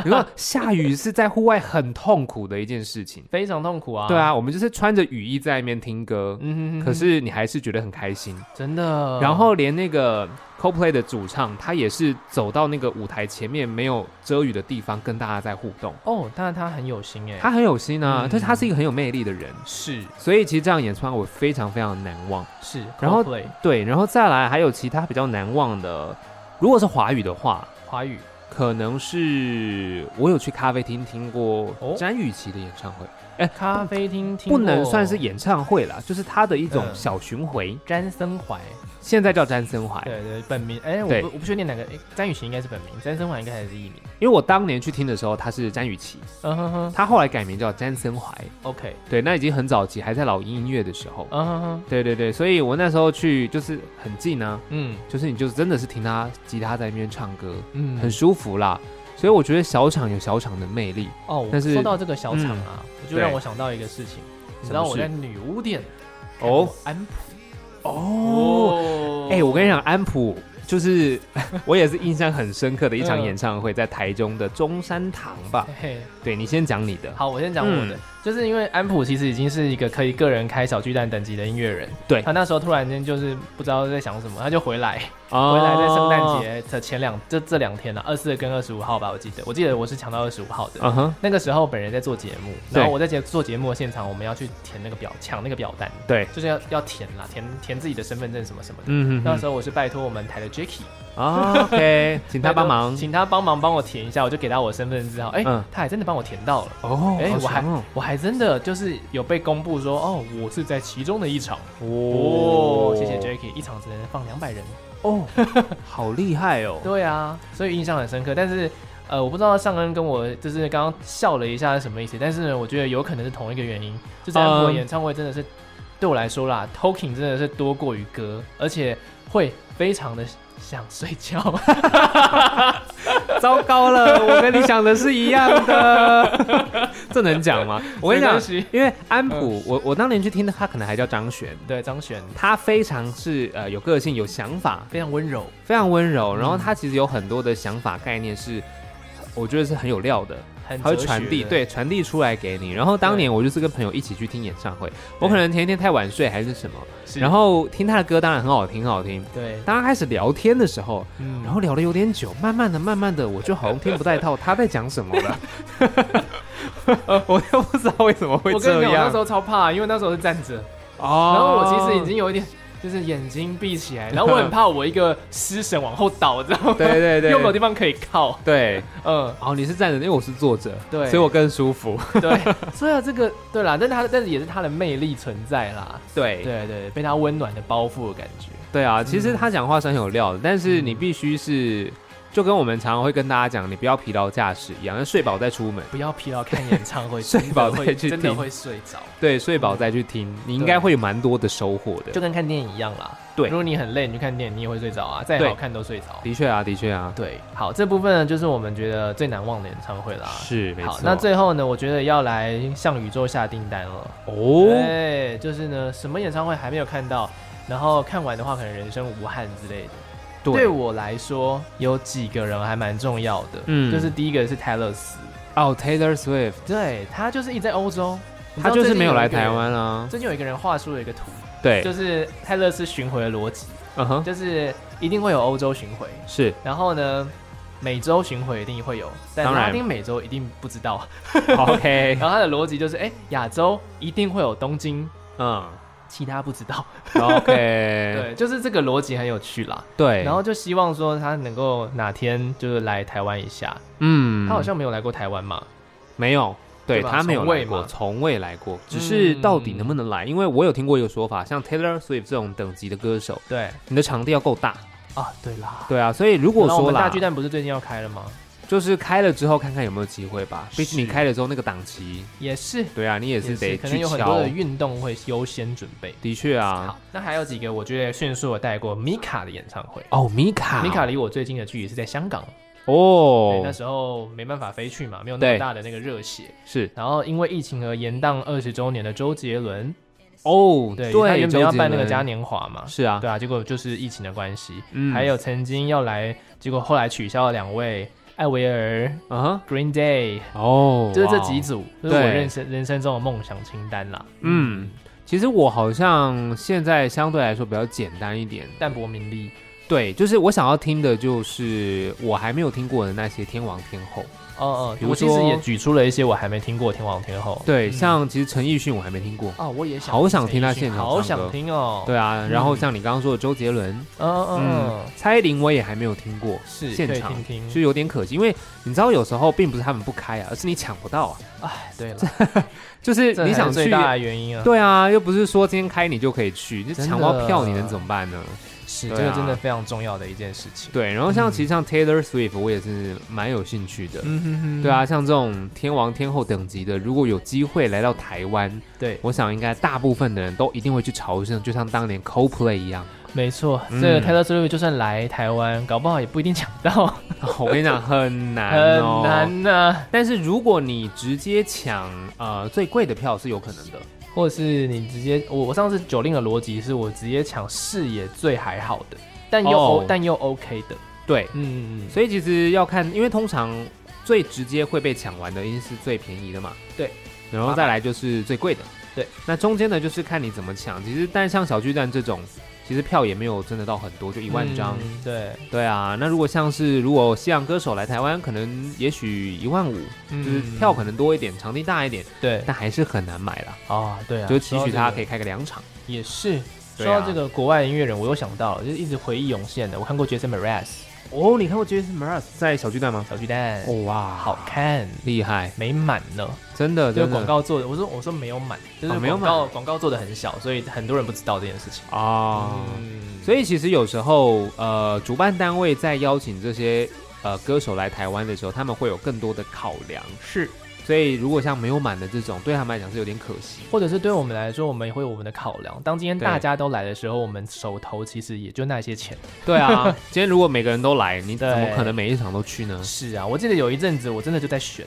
S1: 你说下雨是在户外很痛苦的一件事情。
S2: 非常痛苦啊，
S1: 对，啊，我们就是穿着雨衣在那边听歌，
S2: 嗯哼嗯哼，
S1: 可是你还是觉得很开心。
S2: 真的，
S1: 然后连那个 CoPlay 的主唱，他也是走到那个舞台前面没有遮雨的地方跟大家在互动，
S2: 哦，但是他很有心哎，
S1: 他很有心啊，
S2: 嗯
S1: 但是他是一个很有魅力的人，
S2: 是
S1: 所以其实这样演出我非常非常难忘。
S2: 是，
S1: 然后
S2: CoPlay
S1: 对，然后再来还有其他比较难忘的，如果是华语的话，
S2: 华语
S1: 可能是我有去咖啡厅听过
S2: 哦
S1: 詹雨琪的演唱会，
S2: 咖啡厅听
S1: 哎不能
S2: 过
S1: 算是演唱会啦，就是他的一种
S2: 嗯
S1: 小巡回，
S2: 詹森怀，
S1: 现在叫詹森怀。
S2: 对对，本名哎，我
S1: 对
S2: 不我不确定哪个，哎詹雨晴应该是本名，詹森怀应该还是艺名，
S1: 因为我当年去听的时候，他是詹雨琪，
S2: 嗯哼哼
S1: 他后来改名叫詹森怀。
S2: ，OK，
S1: 对，那已经很早期，还在老鹰音乐的时候。
S2: 嗯哼哼，
S1: 对对对，所以我那时候去就是很近啊，
S2: 嗯
S1: 就是你就真的是听他吉他在那边唱歌，
S2: 嗯，
S1: 很舒服啦。所以我觉得小场有小场的魅力。
S2: 哦，
S1: 但是嗯
S2: 说到这个小厂啊，我就让
S1: 对
S2: 我想到一个事情，你知
S1: 什么
S2: 道我
S1: 事
S2: 在女巫店看
S1: 哦
S2: 过安
S1: 哦，
S2: 哦，
S1: 哎、我跟你讲，安普就是 [LAUGHS] 我也是印象很深刻的一场
S2: 嗯
S1: 演唱会，在台中的中山堂吧。
S2: 嘿
S1: 对你先讲你的，
S2: 好，我先讲我的，
S1: 嗯
S2: 就是因为安普其实已经是一个可以个人开小巨蛋等级的音乐人，
S1: 对
S2: 他那时候突然间就是不知道在想什么，他就回来，
S1: 回
S2: 回来在圣诞，节的前两这这两天啊，二四跟二十五号吧，我记得，我记得我是抢到二十五号的。
S1: 嗯哼，
S2: 那个时候本人在做节目，
S1: 对
S2: 然后我在节做节目的现场，我们要去填那个表，抢那个表单，
S1: 对，
S2: 就是要要填啦，填填自己的身份证什么什么的。
S1: 嗯
S2: 那时候我是拜托我们台的 Jacky，
S1: o
S2: [LAUGHS]
S1: k 啊请他帮忙。
S2: 请他帮忙帮我填一下，我就给他我身份证字号，哎、
S1: 嗯
S2: 他还真的帮我填到了。
S1: 哦
S2: 哎、
S1: 好
S2: 我还、
S1: 强哦
S2: 我还真的就是有被公布说，哦，我是在其中的一场。
S1: 哦
S2: 哦，谢谢 Jacky，一场只能放两百人。
S1: 哦， [LAUGHS] 好厉害哦。
S2: 对啊，所以印象很深刻。但是，呃，我不知道尚恩跟我就是刚刚笑了一下是什么意思，但是呢，我觉得有可能是同一个原因。就在我
S1: 嗯
S2: 演唱会真的是、 [LAUGHS] 对我来说啦，talking 真的是多过于歌，而且会非常的想睡觉。
S1: 糟糕了， [LAUGHS] 我跟你想的是一样的， [LAUGHS] 这能讲吗？我跟你
S2: [LAUGHS] 没
S1: 讲
S2: 关系，
S1: 因为安普，我我当年去听的，他可能还叫张悬，
S2: 对，张悬
S1: 他非常是呃有个性、有想法，
S2: 非常温柔，
S1: 非常温柔，然后他其实有很多的想法概念是，我觉得是很有料的，
S2: 很
S1: 他会
S2: 哲学
S1: 传递，
S2: 的，
S1: 对，传递出来给你。然后当年我就是跟朋友一起去听演唱会，我可能前一天太晚睡还是什么，
S2: 是
S1: 然后听他的歌当然很好听，很好听。
S2: 对，
S1: 大家开始聊天的时候，
S2: 嗯
S1: 然后聊的有点久，慢慢的、慢慢的，我就好像听不太到他在讲什么了。 [LAUGHS] 我又不知道为什么会
S2: 我跟
S1: 这
S2: 你讲，我那
S1: 样
S2: 时。候超怕，因为那时候是站着，
S1: 哦
S2: 然后我其实已经有一点就是眼睛闭起来，然后我很怕我一个失神往后倒，知道吗？
S1: 对对对
S2: 又没有地方可以靠，
S1: 对。
S2: 嗯，
S1: 哦，你是站着，因为我是坐着，
S2: 对
S1: 所以我更舒服。 [LAUGHS]
S2: 对，所以啊，这个对啦，但他但是也是他的魅力存在啦，
S1: 对
S2: 对对，被他温暖的包覆的感觉，
S1: 对啊，其实他讲话是很有料的，但是你必须是，就跟我们常常会跟大家讲，你不要疲劳驾驶一样，要睡饱再出门。
S2: 不要疲劳看演唱会，
S1: [LAUGHS] 睡饱
S2: 真的
S1: 再
S2: 会
S1: 去
S2: 真的
S1: 听
S2: 会睡着，
S1: 对，睡饱再去听，你应该会有蛮多的收获的。
S2: 就跟看电影一样啦。
S1: 对
S2: 如果你很累，你去看电影，你也会睡着啊，再
S1: 对
S2: 好看都睡着。
S1: 的确啊，的确啊，
S2: 对，好，这部分呢就是我们觉得最难忘的演唱会啦。
S1: 是没错
S2: 好，。那最后呢，我觉得要来向宇宙下订单了。
S1: 哦，
S2: 对，就是呢，什么演唱会还没有看到，然后看完的话，可能人生无憾之类的。对
S1: 对
S2: 我来说，有几个人还蛮重要的，
S1: 嗯
S2: 就是第一个是泰勒斯，
S1: 哦，Taylor Swift，
S2: 对他就是一直在欧洲，你知
S1: 他
S2: 道
S1: 就是没有来
S2: 最近一
S1: 台
S2: 个人。
S1: 湾啊。
S2: 最近有一个人画出了一个图，
S1: 对
S2: 就，是泰勒斯巡回的逻辑，
S1: 嗯哼，
S2: 就是一定会有欧洲巡回，
S1: 是
S2: [LAUGHS] 然后呢，美洲巡回一定会有，但
S1: 当然
S2: 拉丁美洲一定不知道。 [LAUGHS]
S1: OK，
S2: 然后他的逻辑就是，哎，亚洲一定会有东京，
S1: 嗯
S2: 其他不知道。
S1: ，OK，
S2: [LAUGHS] 对，就是这个逻辑很有趣啦。
S1: 对，
S2: 然后就希望说他能够哪天就是来台湾一下，
S1: 嗯，
S2: 他好像没有来过台湾嘛。
S1: 没有，对
S2: 对吧
S1: 他没有
S2: 从
S1: 来
S2: 未
S1: 过，
S2: 嘛嗯
S1: 从未来过，只是到底能不能来？因为我有听过一个说法，像 Taylor Swift 这种等级的歌手，
S2: 对
S1: 你的场地要够大，
S2: 啊，对啦。
S1: 对啊，所以如
S2: 如
S1: 果
S2: 我
S1: 说
S2: 们
S1: 啦
S2: 大巨，蛋不是最近要开了吗？
S1: 就是开了之后看看有没有机会吧。毕
S2: 是
S1: 竟你开了之后那个档期，
S2: 也是
S1: 对啊，你也是得
S2: 可能
S1: 去
S2: 有很多
S1: 敲
S2: 的。运动会优先准备。
S1: 的确啊
S2: 好，，那还有几个我觉得迅速的带过米卡的演唱会。
S1: 哦，米卡，
S2: 米卡离我最近的距离是在香港，对，那
S1: 哦，
S2: 时候没办法飞去嘛，没有那么
S1: 对
S2: 大的那个热血。
S1: 是
S2: 然后因为疫情而延宕二十周年的周杰伦，
S1: 哦，
S2: 对，他
S1: 对，
S2: 原
S1: 周
S2: 本要
S1: 杰
S2: 办那个
S1: 伦
S2: 嘉年华嘛，
S1: 是啊，
S2: 对啊，结果就是疫情的关系，
S1: 嗯
S2: 还有曾经要来，结果后来取消了两位艾薇儿、
S1: 啊哈，
S2: Green Day，
S1: 哦，
S2: 就是这
S1: 哇
S2: 几组，就是我
S1: 对
S2: 人生人生中的梦想清单啦。
S1: 嗯，其实我好像现在相对来说比较简单一点。
S2: 淡泊名利
S1: 对，就是我想要听的，就是我还没有听过的那些天王天后。
S2: 哦哦
S1: 比，如
S2: 我其实
S1: 说
S2: 也举出了一些我还没听过的天王天后。
S1: 对，
S2: 嗯
S1: 像其实陈奕迅我还没听过。
S2: 哦，我也
S1: 好想听他
S2: 陈奕迅
S1: 现场
S2: 好
S1: 唱歌
S2: 想听哦。，
S1: 对啊，然后
S2: 嗯
S1: 像你刚刚说的周杰伦，
S2: 嗯嗯
S1: 嗯
S2: 嗯，，
S1: 蔡依林我也还没有听过，
S2: 是
S1: 现
S2: 可以
S1: 场
S2: 听听
S1: 就有点可惜，因为你知道有时候并不是他们不开啊，而是你抢不到啊，
S2: 哎，对了，
S1: 就是
S2: 这
S1: 你
S2: 才
S1: 想
S2: 是最
S1: 去。
S2: 大的原因啊，
S1: [LAUGHS] 对啊，又不是说今天开你就可以去，你
S2: 真的
S1: 抢不到票你能怎么办呢？
S2: 是这
S1: 对啊
S2: 个真的非常重要的一件事情。
S1: 对，然后
S2: 嗯
S1: 像其实像 Taylor Swift 我也是蛮有兴趣的，
S2: 嗯哼哼
S1: 对，啊，像这种天王天后等级的，如果有机会来到台湾，
S2: 对，
S1: 我想应该大部分的人都一定会去朝圣，就像当年 Coldplay
S2: [LAUGHS]
S1: 一样。
S2: 没错，
S1: 嗯
S2: 这个 Taylor Swift 就算来台湾，搞不好也不一定抢到，
S1: 哦我跟你讲，很难、
S2: 很
S1: 哦，
S2: 难呐。
S1: 但是如果你直接抢呃最贵的票是有可能的，
S2: 或者是你直接，我我上次九令的逻辑是我直接抢视野最还好的，但又
S1: 哦
S2: O 但又 OK 的，
S1: 对，
S2: 嗯嗯
S1: 所以其实要看，因为通常最直接会被抢完的一定是最便宜的嘛，
S2: 对，
S1: 然后再来就是最贵的，
S2: 对，
S1: 那中间呢就是看你怎么抢。其实但像小巨蛋这种，其实票也没有真的到很多，就一
S2: 嗯，
S1: 万张，
S2: 嗯，对，
S1: 对啊。那如果像是如果西洋歌手来台湾，可能也许一万五，就是
S2: 嗯
S1: 票可能多一点，场地大一点，
S2: 对
S1: 但还是很难买啦，
S2: 啊，对啊，
S1: 就期
S2: 说到
S1: 许
S2: 这
S1: 他
S2: 个
S1: 可以开个两场。
S2: 也是。说
S1: 对啊
S2: 到这个国外音乐人，我又想到了，就是一直回忆涌现的。我看过 Jason Mraz
S1: 哦，你看过 Jason Mraz 在小巨蛋吗？
S2: 小巨蛋，
S1: 哦哇，
S2: 好看，
S1: 厉害，
S2: 没满呢。
S1: 真的，
S2: 这个
S1: 真的
S2: 广告做的，我说我说没有满，就是
S1: 哦没有
S2: 广告广告做的很小，所以很多人不知道这件事情。
S1: 啊。
S2: 嗯，
S1: 所以其实有时候，呃，主办单位在邀请这些呃歌手来台湾的时候，他们会有更多的考量。
S2: 是，
S1: 所以如果像没有满的这种，对他们来讲是有点可惜。
S2: 或者是对我们来说，我们也会有我们的考量。当今天
S1: 对
S2: 大家都来的时候，我们手头其实也就那些钱。
S1: 对啊， [LAUGHS] 今天如果每个人都来，你怎
S2: 对
S1: 么可能每一场都去呢？
S2: 是啊，我记得有一阵子我真的就在选，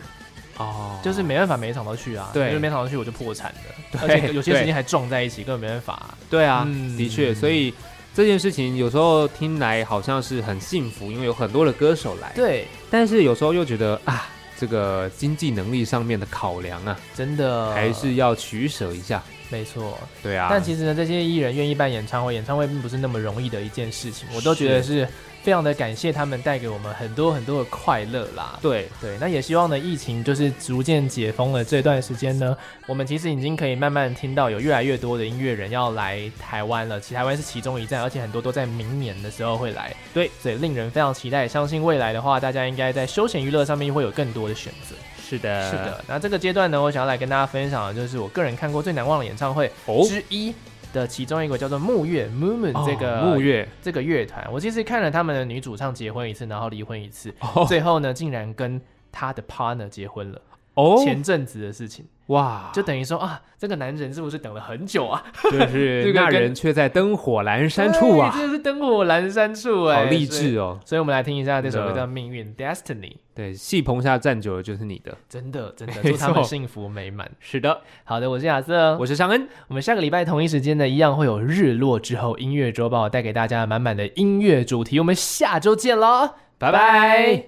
S1: 哦，
S2: 就是没办法每一场都去啊，
S1: 对
S2: 因为每场都去我就破产了，
S1: 对
S2: 而且有些
S1: 对
S2: 时间还撞在一起，根本没办法啊。
S1: 对啊，
S2: 嗯
S1: 的确，所以这件事情有时候听来好像是很幸福，因为有很多的歌手来，
S2: 对，
S1: 但是有时候又觉得啊，这个经济能力上面的考量啊，
S2: 真的
S1: 还是要取舍一下。
S2: 没错。
S1: 对啊，
S2: 呃但其实呢，这些艺人愿意办演唱会，演唱会并不是那么容易的一件事情，我都觉得是非常的感谢他们带给我们很多很多的快乐啦。
S1: 对，
S2: 对，那也希望呢，疫情就是逐渐解封了这段时间呢，我们其实已经可以慢慢听到有越来越多的音乐人要来台湾了。其实台湾是其中一站，而且很多都在明年的时候会来。
S1: 对，
S2: 所以令人非常期待。相信未来的话，大家应该在休闲娱乐上面会有更多的选择。
S1: 是的
S2: 是的，那这个阶段呢，我想要来跟大家分享的就是我个人看过最难忘的演唱会
S1: 哦
S2: 之一的其中一个叫做木月 Moon
S1: 哦
S2: 这个、
S1: 木月
S2: 这个乐团，我其实看了他们的女主唱结婚一次，然后离婚一次，
S1: 哦
S2: 最后呢竟然跟她的 partner 结婚了，
S1: 哦
S2: 前阵子的事情，
S1: 哇，
S2: 就等于说啊，这个男人是不是等了很久啊？
S1: 就
S2: 这
S1: [LAUGHS] 是
S2: 个
S1: 那
S2: 跟
S1: 人却在灯火阑珊处啊
S2: 对，哎这是灯火阑珊处哎、
S1: 好励
S2: 所以。
S1: 志哦。
S2: 所以我们来听一下这首歌
S1: 真
S2: 叫
S1: 的
S2: 《命运 Destiny》，
S1: 对，戏棚下站久了就是你的。
S2: 真的真的
S1: 没
S2: 祝他们
S1: 错
S2: 幸福美满。
S1: 是的，
S2: 好的，我是亚瑟，
S1: 我是尚恩，
S2: 我们下个礼拜同一时间呢，一样会有日落之后音乐周报带给大家满满的音乐主题。我们下周见喽，拜
S1: 拜拜
S2: 拜